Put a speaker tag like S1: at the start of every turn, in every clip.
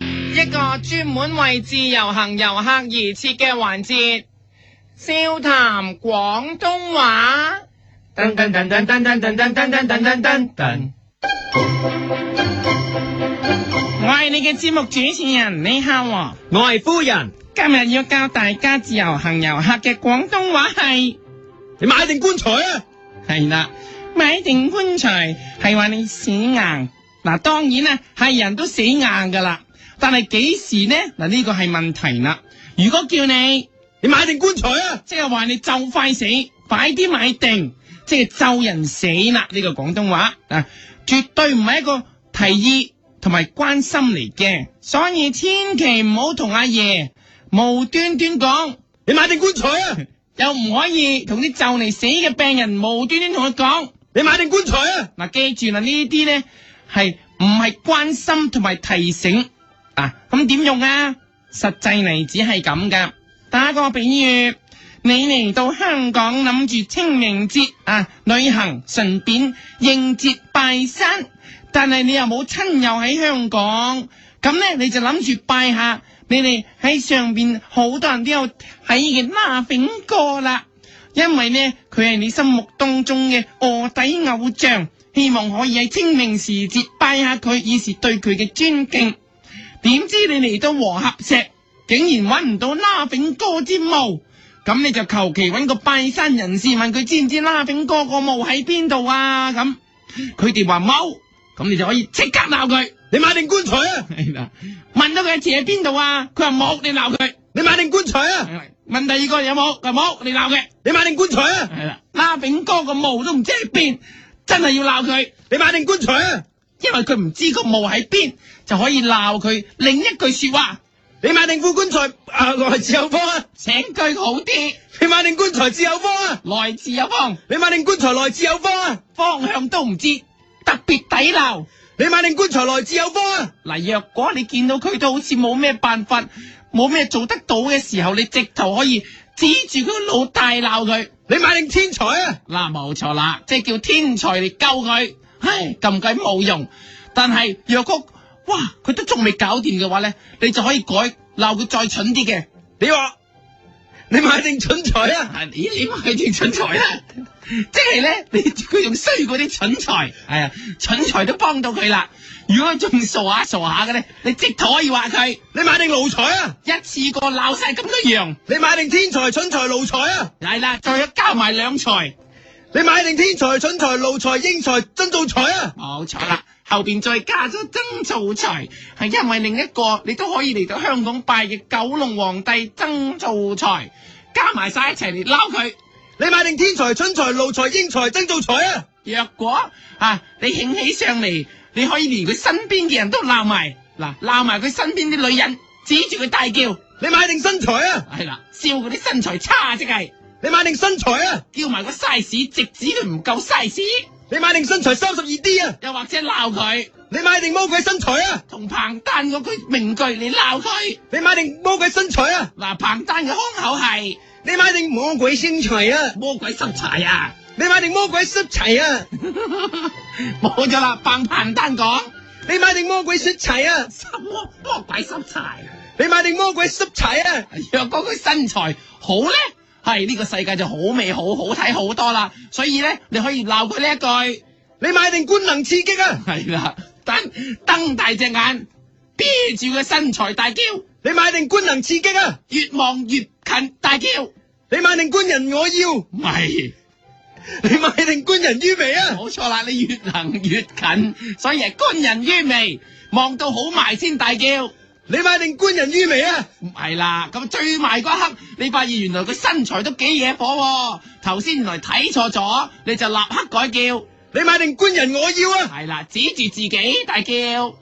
S1: 一個專門為自由行遊客而設嘅環節，笑談廣東話。
S2: 噔噔噔噔噔噔噔噔噔噔噔噔噔。
S1: 我係你嘅節目主持人，你好喎、
S2: 我係夫人，
S1: 今日要教大家自由行遊客嘅廣東話係
S2: 你買定棺材啊！
S1: 係啦，買定棺材係話你死硬。嗱，當然啦，係人都死硬噶啦，但係幾時呢？嗱，呢個係問題啦。如果叫你
S2: 你買定棺材啊！
S1: 即係話你就快死，快啲買定，即係咒人死啦！呢、個廣東話啊，絕對唔係一個提議同埋關心嚟嘅，所以千祈唔好同阿爺無端端講，
S2: 你買定棺材啊！
S1: 又唔可以同啲就嚟死嘅病人無端端同佢講。
S2: 你買定棺材啊！
S1: 嗱，記住啦，呢啲咧係唔係關心同埋提醒啊？咁點用啊？實際例子係咁噶，打個比喻，你嚟到香港諗住清明節啊旅行，順便應節拜山，但係你又冇親友喺香港，咁咧你就諗住拜下你哋喺上邊好多人都有喺嘅拉炳哥啦。因為呢，佢係你心目當中嘅卧底偶像，希望可以喺清明時節拜下佢，以示對佢嘅尊敬。點知你嚟到和合石，竟然揾唔到拉炳哥之墓，咁你就求其揾個拜山人士問佢知唔知拉炳哥個墓喺邊度啊？咁佢哋話冇，咁你就可以即刻鬧佢。
S2: 你買定棺材啊！
S1: 係啦，問到佢一次喺邊度啊？佢話冇，你鬧佢。
S2: 你買定棺材啊！
S1: 問第二個有冇？佢話冇，你鬧佢。
S2: 你買定棺材啊！
S1: 系啦，拉炳哥個墓都唔知喺邊，真係要鬧佢，
S2: 你買定棺材啊！
S1: 因為佢唔知個墓喺邊，就可以鬧佢另一句说話，
S2: 你買定副棺材啊來自有方啊！
S1: 請句好啲，
S2: 你買定棺材自有方啊！
S1: 來自有方，
S2: 你買定棺材來自有方啊！
S1: 方向都唔知，特別抵鬧。
S2: 你買定棺材來自有方啊！
S1: 嗱，若果你見到佢都好似冇咩辦法，冇咩做得到嘅時候，你直頭可以指住佢個腦大鬧佢。
S2: 你買定天才啊！
S1: 嗱，冇錯啦，即係叫天才嚟救佢，唉，咁鬼冇用。但係若果哇，佢都仲未搞掂嘅話咧，你就可以改鬧佢再蠢啲嘅。
S2: 你話你買定蠢材啊！
S1: 啊，咦，你話佢叫蠢材啦？即係咧，你佢仲衰過啲蠢材，係啊，蠢材都幫到佢啦。如果佢仲傻下傻下嘅咧，你即可可以話佢
S2: 你買定奴才啊！
S1: 一次過鬧晒咁多樣，
S2: 你買定天才、蠢材、奴才啊！
S1: 係啦，再加埋兩才。
S2: 你買定天才、蠢才、奴才、英才、真造才啊！
S1: 冇錯啦，後邊再加咗曾灶財，係因為另一個你都可以嚟到香港拜嘅九龍皇帝曾灶財，加埋晒一齊嚟撈佢。
S2: 你買定天才、蠢才、奴才、英才、真造才啊！
S1: 若果啊，你興起上嚟，你可以連佢身邊嘅人都鬧埋，嗱鬧埋佢身邊啲女人，指住佢大叫，
S2: 你買定身材啊！
S1: 係啦，笑佢啲身材差即係，
S2: 你買定身材啊！
S1: 叫埋個 size，直指佢唔夠 size，
S2: 你買定身材三十二 D 啊！
S1: 又或者鬧佢
S2: 你買定魔鬼身材啊！
S1: 同彭丹嗰句名句嚟鬧佢。
S2: 你買定魔鬼身材啊！
S1: 嗱，彭丹嘅胸口係
S2: 你買定魔鬼身材啊！
S1: 魔鬼身材啊！
S2: 你買定魔鬼身材啊！
S1: 冇咗啦，彭彭丹講
S2: 你買定魔鬼身材啊！
S1: 什麼魔鬼身材？
S2: 你買定魔鬼身材啊！
S1: 若果佢身材好咧，係呢、個世界就好美好好睇好多啦。所以咧，你可以鬧佢呢一句，
S2: 你買定官能刺激啊！
S1: 係啦，瞪瞪大隻眼，啤住佢身材大叫，
S2: 你買定官能刺激啊！
S1: 越望越近大叫，
S2: 你買定官人我要，
S1: 咪
S2: 你買定官人於微啊！
S1: 冇錯啦，你越行越近，所以係觀人於微，望到好埋先大叫。
S2: 你買定官人於微啊！
S1: 唔係啦，咁追埋嗰一刻，你發現原來佢身材都幾惹火、喎。頭先原來睇錯咗，你就立刻改叫，
S2: 你買定官人我要啊！
S1: 係啦，指住自己大叫，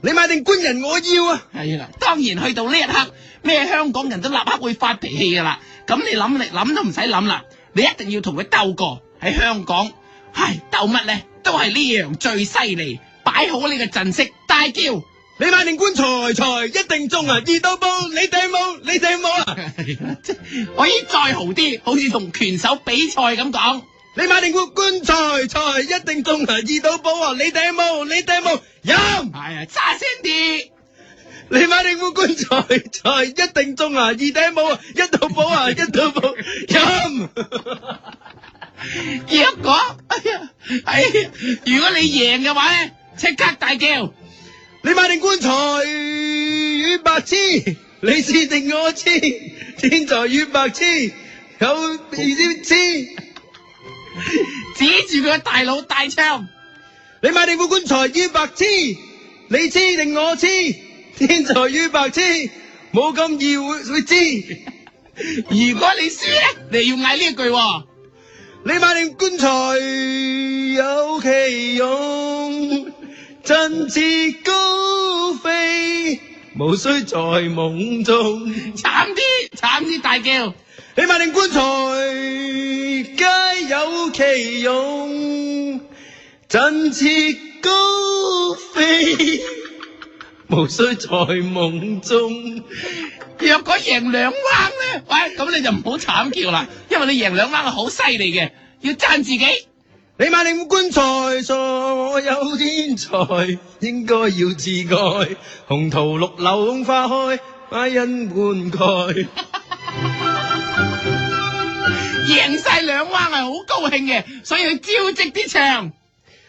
S2: 你買定官人我要啊！
S1: 係啦。當然去到呢一刻，咩香港人都立刻會發脾氣噶啦。咁你諗你諗都唔使諗啦，你一定要同佢鬥過。喺香港，唉，鬥乜呢？都係呢樣最犀利，擺好你嘅陣式，大叫。
S2: 你買定棺材材一定中啊！二刀波你掟冇你掟冇啊！
S1: 可以再豪啲，好似同拳手比賽咁講。
S2: 你買定副棺材材一定中啊！二刀波啊！你掟冇你掟冇飲！
S1: 系啊，揸聲啲，
S2: 你你买定副棺材材一定中啊，二頂帽啊，一到寶啊，一到寶飲。
S1: 若果哎呀，哎呀，如果你赢嘅话咧，即刻大叫。
S2: 你買定棺材與白痴，你試定我痴，天才與白痴，有意思痴。
S1: 指住佢大佬大唱，
S2: 你買定副棺材與白痴，你黐定我黐，天才與白痴，冇咁易會會知。
S1: 如果你输咧，你要嗌呢一句喎、
S2: 你買定棺材有其用，振翅高飛，無需在夢中。
S1: 惨啲惨啲大叫，
S2: 你買定棺材，皆有其用，振翅高飛，無需在夢中。
S1: 若果赢两彎咧，喂，咁你就唔好惨叫啦，因为你赢两彎係好犀利嘅，要赞自己。
S2: 你買定棺材，傻我有天才，應該要自愛。紅桃綠柳花開，花因灌溉。
S1: 赢晒两彎係好高兴嘅，所以要招積啲唱。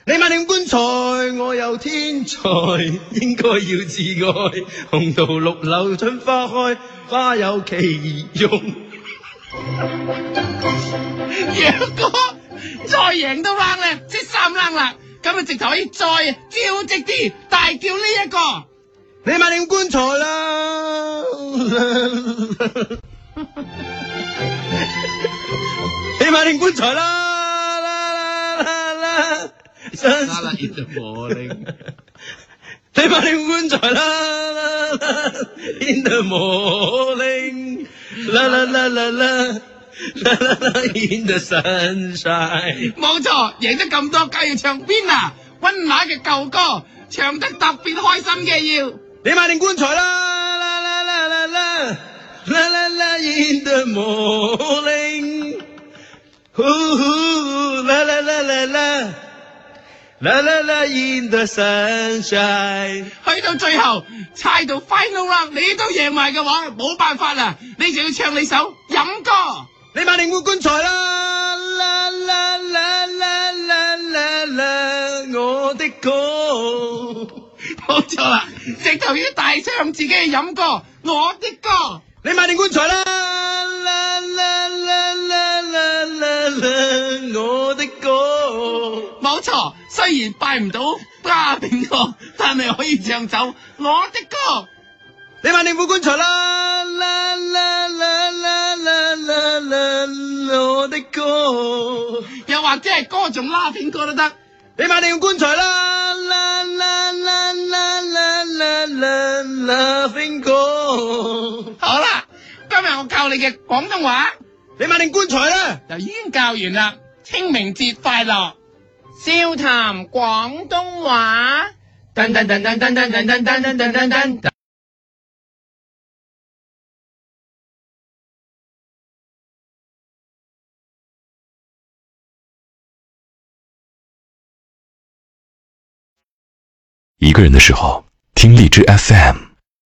S2: 你買定棺材，我有天才，應該要自愛。紅桃綠柳春花開，花有其用。
S1: 若果再赢多 round 咧，即三 round 啦，咁啊你直頭可以再招積啲大叫呢、一個。
S2: 你買定棺材啦！ 你買定棺材啦！啦啦啦啦，相信你買定棺材啦！啦啦，In the morning，啦啦啦啦啦。啦啦啦，in the sunshine。
S1: 冇錯，贏得咁多，梗係要唱 Winner 温拿嘅舊歌，唱得特別開心嘅要。
S2: 你買定棺材啦！啦啦啦啦啦啦啦啦，in the morning，呼呼啦啦啦啦啦啦啦啦，in the sunshine。
S1: 去到最後猜到 final round，你都贏埋嘅話，冇辦法啦，你就要唱你首飲歌。
S2: 你買定副棺材啦！啦啦啦啦啦啦啦，我的歌。
S1: 冇錯啦，直頭要大唱自己嘅飲歌，我的歌。
S2: 你買定棺材啦！啦啦啦啦啦啦啦，我的歌。
S1: 冇錯，雖然拜唔到巴邊個，但係可以唱走我的歌。
S2: 你買定副棺材啦！啦啦啦啦啦啦啦啦，我的歌。
S1: 又或者係歌仲拉片歌都得。
S2: 你買定副棺材啦！啦啦啦啦啦啦啦，Laughing 哥。
S1: 好啦，今日我教你嘅廣東話
S2: 你買定棺材啊啦！
S1: 就已經教完啦。清明節快樂！笑談廣東話。噔噔噔噔噔噔噔噔噔噔噔噔噔。
S3: 一个人的时候，听荔枝 FM。